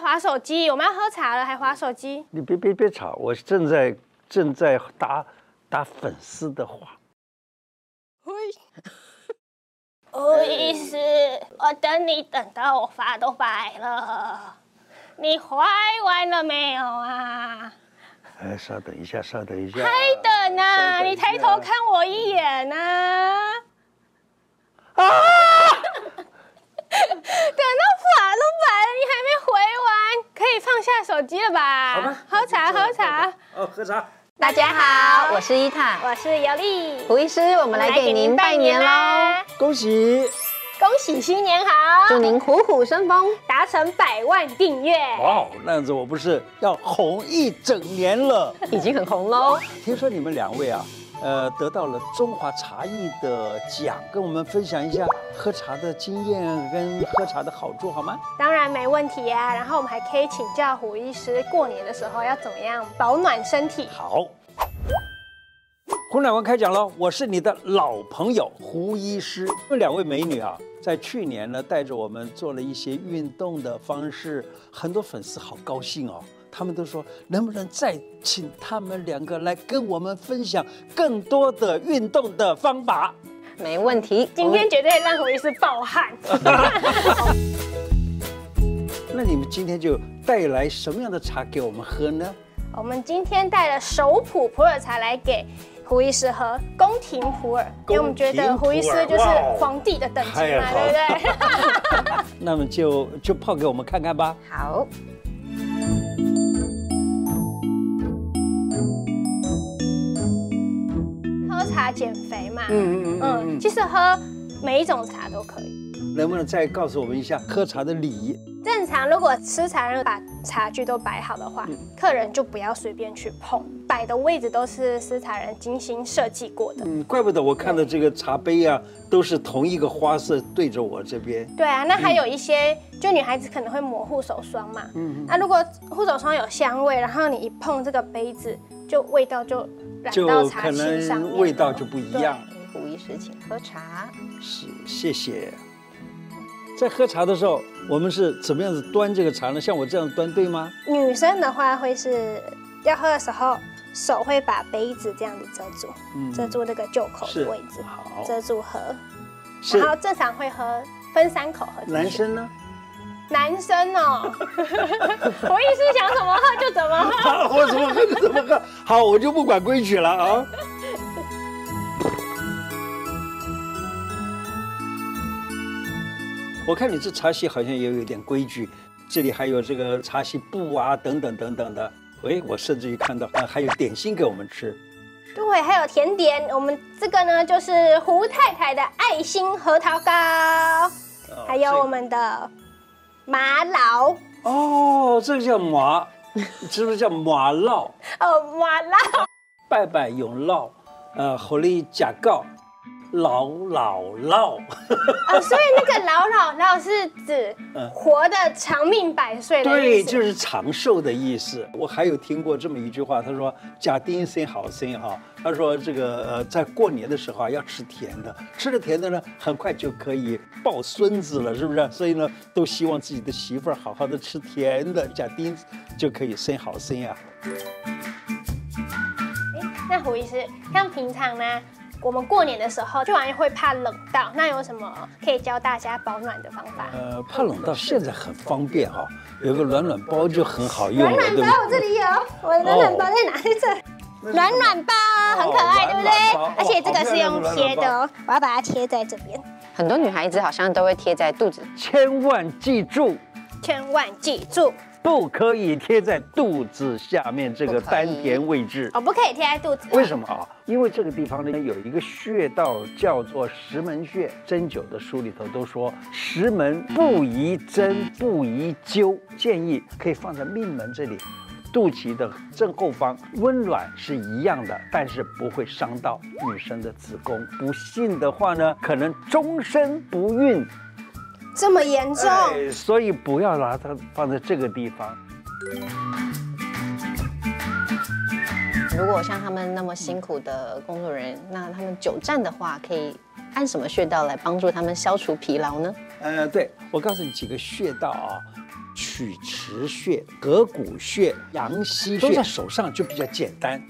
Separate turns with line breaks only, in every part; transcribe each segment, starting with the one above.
划手机，我们要喝茶了还划手机。
你别别别吵，我正在正在答答粉丝的话。
不意思，我等你等到我发都白了，你怀完了没有啊？
哎，稍等一下，稍等一下。
还等啊？
稍等一
你
下
抬头看我一眼啊！
啊
等到发都白了，你还没回完，可以放下手机了吧？
好吧
喝茶，喝茶。
哦，喝茶。
大家好，我是伊塔，
我是尤丽，
胡医师，我们来给您拜年喽！！
恭喜！
恭喜新年好，
祝您虎虎生风。
达成百万订阅。
哇哦，那样子我不是要红一整年了？
已经很红喽，
听说你们两位啊，呃，得到了中华茶艺的奖，跟我们分享一下喝茶的经验跟喝茶的好处好吗？
当然没问题啊。然后我们还可以请教胡医师，过年的时候要怎么样保暖身体？
好。胡乃文开讲了，我是你的老朋友胡医师。这两位美女啊，在去年呢，带着我们做了一些运动的方式，很多粉丝好高兴哦。他们都说，能不能再请他们两个来跟我们分享更多的运动的方法？
没问题。哦
今天绝对让胡医师暴 汗。
那你们今天就带来什么样的茶给我们喝呢？
我们今天带了首普普洱茶来给胡医师喝，宫廷普洱，因为我们觉得胡医师就是皇帝的等级
太
嘛，
好
对
了
不对？
那么就就泡给我们看看吧。
好，
喝茶减肥嘛，嗯
嗯嗯
嗯，其实喝每一种茶都可以。
能不能再告诉我们一下喝茶的礼仪？
正常，如果吃茶人把茶具都摆好的话，
嗯
客人就不要随便去碰，摆的位置都是吃茶人精心设计过的。
嗯，怪不得我看到这个茶杯啊，都是同一个花色对着我这边。
对啊，那还有一些，就女孩子可能会抹护手霜嘛，
嗯
那如果护手霜有香味，然后你一碰这个杯子，就味道就染到
就
茶
可
芯上面
能
了
味道就不一样。
嗯胡医师请喝茶。
是，谢谢。在喝茶的时候，我们是怎么样子端这个茶呢？像我这样端对吗？
女生的话会是要喝的时候，手会把杯子这样子遮住，
嗯
遮住那个袖口
是
的位置，
好
遮住喝。
是
然后正常会喝分三口喝进去。
男生呢？
男生 哦，我意思想怎么喝就怎么喝。
啊， 我怎么喝就怎么喝，好，我就不管规矩了啊。我看你这茶席好像也有点规矩，这里还有这个茶席布啊，等等等等的。喂，我甚至于看到啊，还有点心给我们吃。
对，还有甜点，我们这个呢就是胡太太的爱心核桃糕，
哦
还有我们的麻劳，
这哦，这个叫麻，是不是叫麻烙？
哦，麻 劳，
拜拜永烙，呃，狐狸假告，老老烙。
哦，所以那个老老老是指
嗯
活的长命百岁的意
对，
思。
就是长寿的意思。我还有听过这么一句话，他说“假丁生好生哈”，他说这个呃，在过年的时候啊，要吃甜的，吃了甜的呢，很快就可以抱孙子了，是不是？所以呢，都希望自己的媳妇儿好好的吃甜的，假丁就可以生好生啊。
诶那胡医师，像平常呢，我们过年的时候，就玩意会怕冷到，那有什么可以教大家保暖的方法？
呃，怕冷到现在很方便啊哎哈、有个暖暖包就很好用
暖
了，
暖
对哦
包
不
我
对？
这里有，我的暖暖包在哪？在这。暖暖包很可爱，
哦
对不
暖暖包
对
哇？
而且这个是用贴的
好
哦，我要把它贴在这边，
很多女孩子好像都会贴在肚子，
千万记住。
千万记住
不可以贴在肚子下面这个
不可以
丹田位置。
哦，不可以贴在肚子。
为什么啊？因为这个地方呢有一个穴道叫做石门穴，针灸的书里头都说石门不宜针，不宜灸，建议可以放在命门这里。肚脐的正后方温暖是一样的，但是不会伤到女生的子宫。不信的话呢，可能终身不孕。
这么严重？
哎所以不要拿它放在这个地方。
如果像他们那么辛苦的工作人员，那他们久站的话，可以按什么穴道来帮助他们消除疲劳呢？
呃，对，我告诉你几个穴道啊。曲池穴、膈骨穴、阳溪穴，都在手上就比较简单。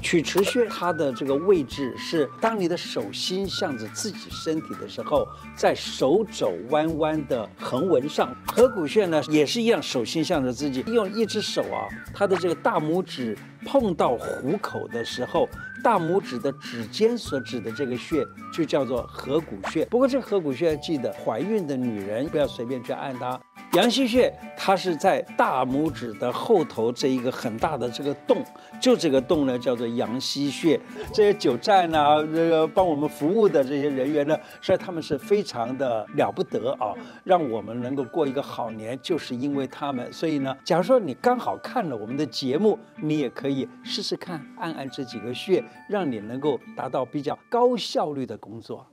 曲池穴它的这个位置是，当你的手心向着自己身体的时候，在手肘弯弯的横纹上。合谷穴呢也是一样，手心向着自己，用一只手啊，它的这个大拇指碰到虎口的时候，大拇指的指尖所指的这个穴就叫做合谷穴。不过这个合谷穴要记得，怀孕的女人不要随便去按它。阳溪穴，它是在大拇指的后头这一个很大的这个洞，就这个洞呢叫做阳溪穴。这些久站啊，这个帮我们服务的这些人员呢，实在他们是非常的了不得啊，让我们能够过一个好年，就是因为他们。所以呢，假如说你刚好看了我们的节目，你也可以试试看，按按这几个穴，让你能够达到比较高效率的工作。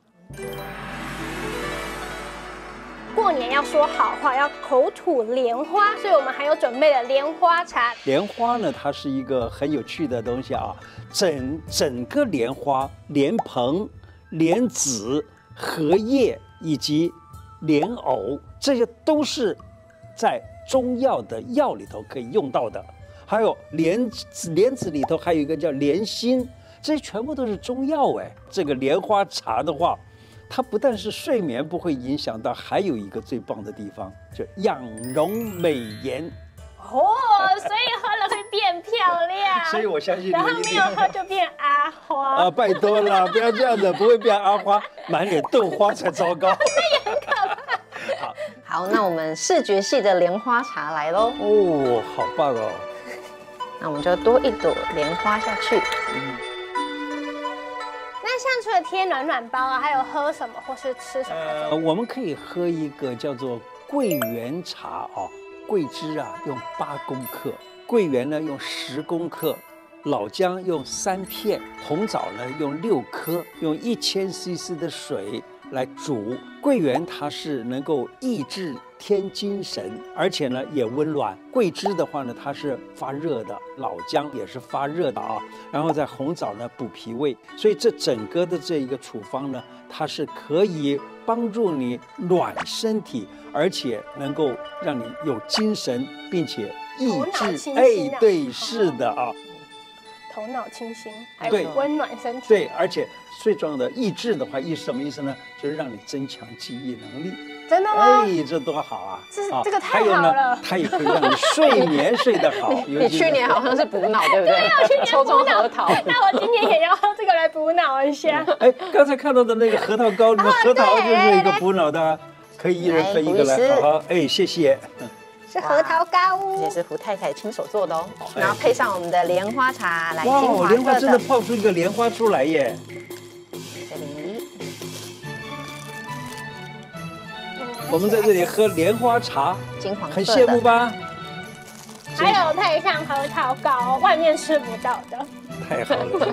过年要说好话，要口吐莲花，所以我们还有准备了莲花茶。
莲花呢，它是一个很有趣的东西啊，整整个莲花、莲蓬、莲子、荷叶以及莲藕，这些都是在中药的药里头可以用到的。还有莲子莲子里头还有一个叫莲心，这些全部都是中药哎。这个莲花茶的话，它不但是睡眠不会影响到，还有一个最棒的地方，就养容美颜。
哦，所以喝了会变漂亮。
所以我相信你
然后
一
没
定
有喝就变阿花。
啊，拜托啦，不要这样子，不会变阿花，满脸豆花才糟糕。
好，那我们视觉系的莲花茶来喽，
哦，好棒哦！
那我们就多一朵莲花下去。
那像除了贴暖暖包啊，还有喝什么或是吃什么？
呃，我们可以喝一个叫做桂圆茶哦，桂枝啊用八公克，桂圆呢用十公克，老姜用三片，红枣呢用六颗，用一千 CC 的水来煮。桂圆它是能够抑制添精神，而且呢也温暖。桂枝的话呢，它是发热的，老姜也是发热的啊。然后在红枣呢补脾胃，所以这整个的这一个处方呢，它是可以帮助你暖身体，而且能够让你有精神，并且抑
头脑清
制。
新啊
哎，对，是的啊。
头脑清新，还
对
有温暖身体。
对，而且最重要的益智的话，益是什么意思呢？就是让你增强记忆能力。
真的吗？
哎，这多好啊！
这是
啊
这个太
还有
好
呢
了，
它也可以让你睡眠睡得 好。尤
你
其
去
是
年好像是补脑，对不对？ 抽中核桃。嗯
那我今天也要用这个来补脑一下。
哎，刚才看到的那个核桃糕，你们核桃就是一个补脑的
哎
啊，可以一人分一个
来
来，好好。哎，谢谢。
是核桃糕
也是胡太太亲手做的哦，然后配上我们的莲花茶来精
哎哇哦，
华
莲花
色
真
的
的泡出一个莲花出来耶！
这里，
我们在这里喝莲花茶，
金黄
很
色
羡慕
的，
吧？
还有配上核桃糕，外面吃不到的，
太好了，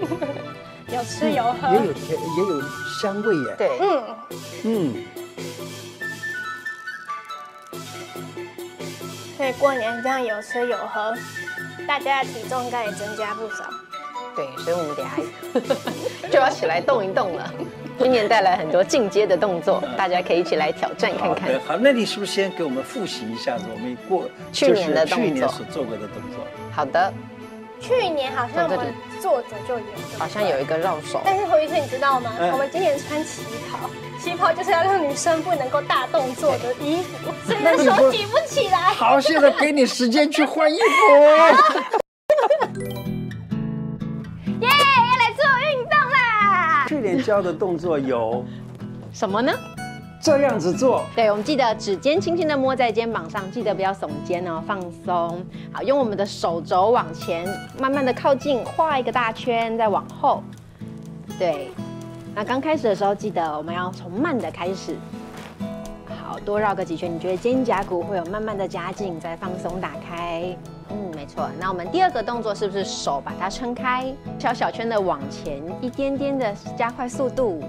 有吃有喝。
嗯
也有甜，也有香味耶。
对，
嗯，
嗯。
所以过年这样有吃有喝，大家的体重应该也增加不少。
对，所以我们等一下 就要起来动一动了。今年带来很多进阶的动作，大家可以一起来挑战看
嗯好的
看。
好，那你是不是先给我们复习一下子我们过
去年的
就是
动作
去年所做过的动作？
好的，
去年好像我
从这
们
里
作者就有，
好像有一个绕手，
但是侯医生，你知道吗？
嗯
我们今年穿旗袍，旗袍就是要让女生不能够大动作的衣服，所以那手举不起来。
好，现在给你时间去换衣 服。
耶，要来做运动啦！
去年教的动作有
什么呢？
这样子做，
对，我们记得指尖轻轻的摸在肩膀上，记得不要耸肩哦，放松。好，用我们的手肘往前，慢慢的靠近，画一个大圈，再往后。对，那刚开始的时候，记得我们要从慢的开始。好多绕个几圈，你觉得肩胛骨会有慢慢的夹紧，再放松打开。嗯，没错。那我们第二个动作是不是手把它撑开，小小圈的往前，一点点的加快速度。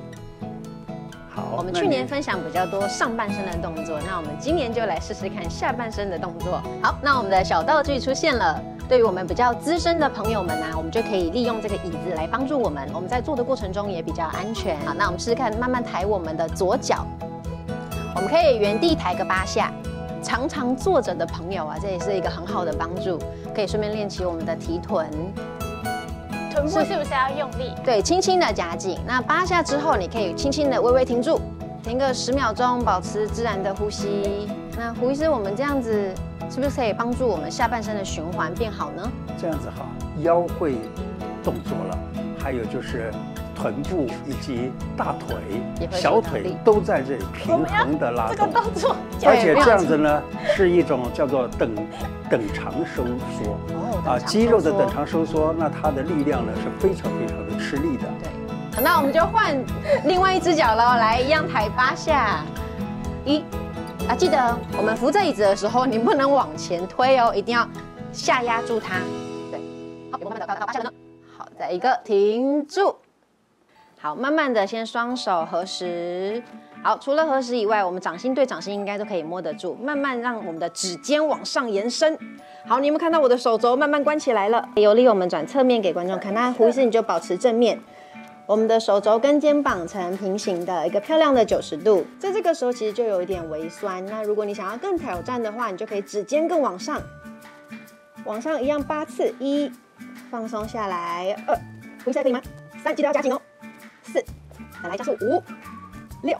好，
我们
那
去
你
年分享比较多上半身的动作，那我们今年就来试试看下半身的动作。好，那我们的小道具出现了。对于我们比较资深的朋友们呢、啊我们就可以利用这个椅子来帮助我们，我们在做的过程中也比较安全。好，那我们试试看，慢慢抬我们的左脚，我们可以原地抬个八下，常常坐着的朋友啊，这也是一个很好的帮助，可以顺便练习我们的提臀。
臀部是不是要用力？
对，轻轻的夹紧。那八下之后，你可以轻轻的微微停住，停个十秒钟，保持自然的呼吸。那胡医师，我们这样子是不是可以帮助我们下半身的循环变好呢？
这样子哈，腰会动作了，还有就是臀部以及大腿
也、会
小
受到
腿
力
都在这里平衡的拉
这
动
个。动 作
对
而且
没有
这样
错
子呢，是一种叫做等等长收缩
哦
啊，肌肉的等。
等长收缩
长收缩，那它的力量呢是非常非常的吃力的。
对，那我们就换另外一只脚喽，来一样抬八下，一啊，记得我们扶着椅子的时候，你不能往前推哦，一定要下压住它。对，好，我们慢慢的到八下呢。好，再一个停住。好，慢慢的先双手合十。好，除了合十以外，我们掌心对掌心应该都可以摸得住，慢慢让我们的指尖往上延伸。好，你有没有看到我的手肘慢慢关起来了？有力，我们转侧面给观众看。那胡医师你就保持正面，我们的手肘跟肩膀呈平行的一个漂亮的九十度，在这个时候其实就有一点微酸。那如果你想要更挑战的话，你就可以指尖更往上，往上一样八次，一放松下来，二，回下可以吗？三，记得要加紧哦，四，再来加速五，六，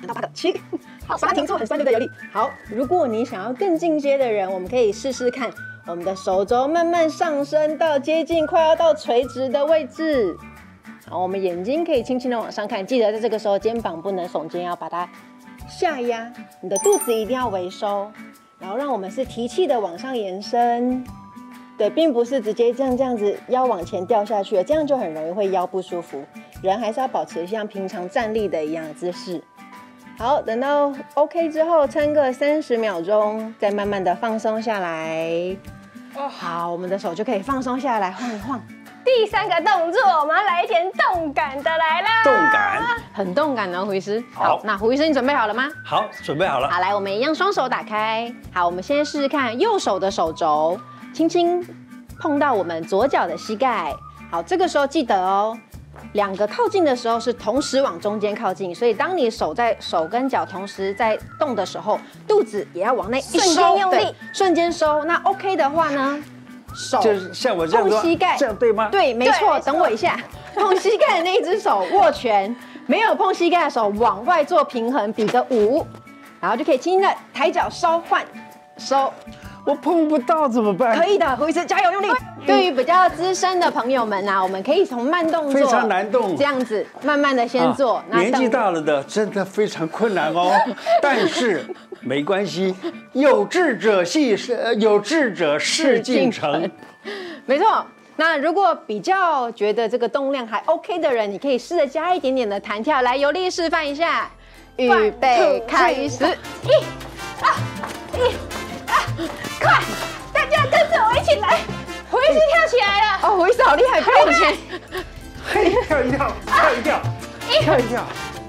等到八个，七 个，好，把它停住，很酸对不对？有力。好，如果你想要更进阶的人，我们可以试试看。我们的手肘慢慢上升到接近快要到垂直的位置，好，我们眼睛可以轻轻的往上看，记得在这个时候肩膀不能耸肩，要把它下压，你的肚子一定要微收，然后让我们是提气的往上延伸，对，并不是直接这样这样子腰往前掉下去，这样就很容易会腰不舒服。人还是要保持像平常站立的一样的姿势。好，等到 OK 之后，撑个三十秒钟，再慢慢的放松下来。
哦
好，我们的手就可以放松下来，晃一晃。
第三个动作，我们要来一点动感的来啦！
动感，
很动感哦，胡医师。
好
那胡医师，你准备好了吗？
好，准备好了。
好，来，我们一样双手打开。好，我们先试试看右手的手肘，轻轻碰到我们左脚的膝盖。好，这个时候记得哦，两个靠近的时候是同时往中间靠近，所以当你手在手跟脚同时在动的时候，肚子也要往内一
瞬间
收，
用
对
力，
瞬间收。那 OK 的话呢，手
就是像我这样
碰
说，
膝盖
这样对吗？，
对，没
对
错。
没错
等我 一下，碰膝盖的那一只手握拳，没有碰膝盖的手往外做平衡，比个五，然后就可以轻轻的抬脚稍换。收
我碰不到怎么办？
可以的，胡医师加油用力。
嗯
对于比较资深的朋友们啊，我们可以从慢动作，
非常难动
这样子慢慢的先
啊
做。那
年纪
等
大了的真的非常困难哦，但是没关系，有志者事事呃有志者事竟成。
没错。那如果比较觉得这个动量还 OK 的人，你可以试着加一点点的弹跳，来有力示范一下。预
One,
备
two,
开
three.
始，
啊快，大家跟着我一起来！我一起跳起来了，
哦，胡医师好厉害，不用钱。
嘿，跳一跳，跳一跳，跳一跳，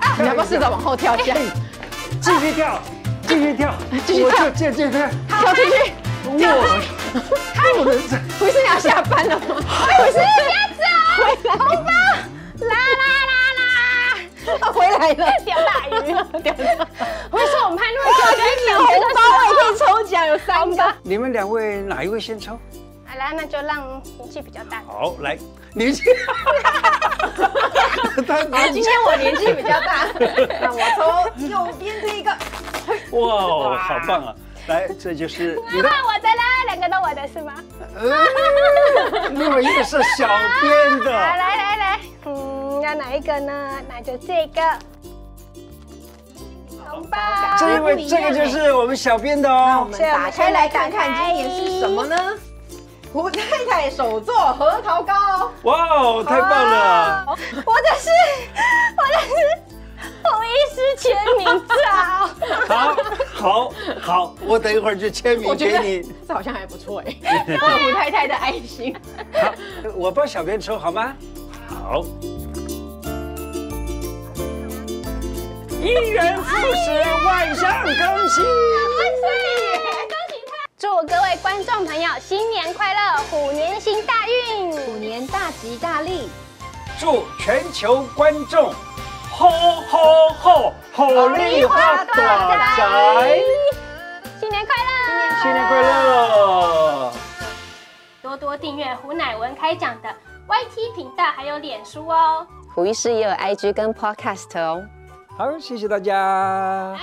啊你要不要试着往后跳一下？
继续跳，继续跳，
继续
我
跳
就这这边，
跳出去！
我我的这
不是你要下班了吗？哎不是，别走，回
啦 啦
来，回来
啦
了，
啦，钓大鱼！
掉了。
我说我们拍那么久，跟
有
你
红
真的
包我也可以抽奖，有三个。
你们两位哪一位先抽？
好啦，那就让年纪比较大的。
好，来，年纪，他
哎，今天我年纪比较大，那我抽右边这一个。
哇，好棒啊！来，这就是你的
换我的啦，两个都我的是吗？
嗯，另外一个是小编
好，
的，
来来来，嗯，要哪一个呢？那就这个红包。
这因为这个就是我们小编的
那我
哦。
们打开来看看今年是什么呢？胡太太手做核桃糕，
哇哦，太棒了！
我的是我的是红医师签名照。
好，好，好，我等一会儿就签名
啊我觉
给
得
你。
这好像还不 错哎，胡太太的爱心。
好，我帮小编抽好吗？好。一元复始，万象更新。
祝各位观众朋友新年快乐，虎年行大运！
虎年大吉大利，
祝全球观众，吼吼吼，火力发大财！
新年快
新年快乐！
多多订阅胡乃文开讲的 YT 频道，还有脸书哦。
胡医师也有 IG 跟 Podcast 哦。
好，谢谢大家。
啊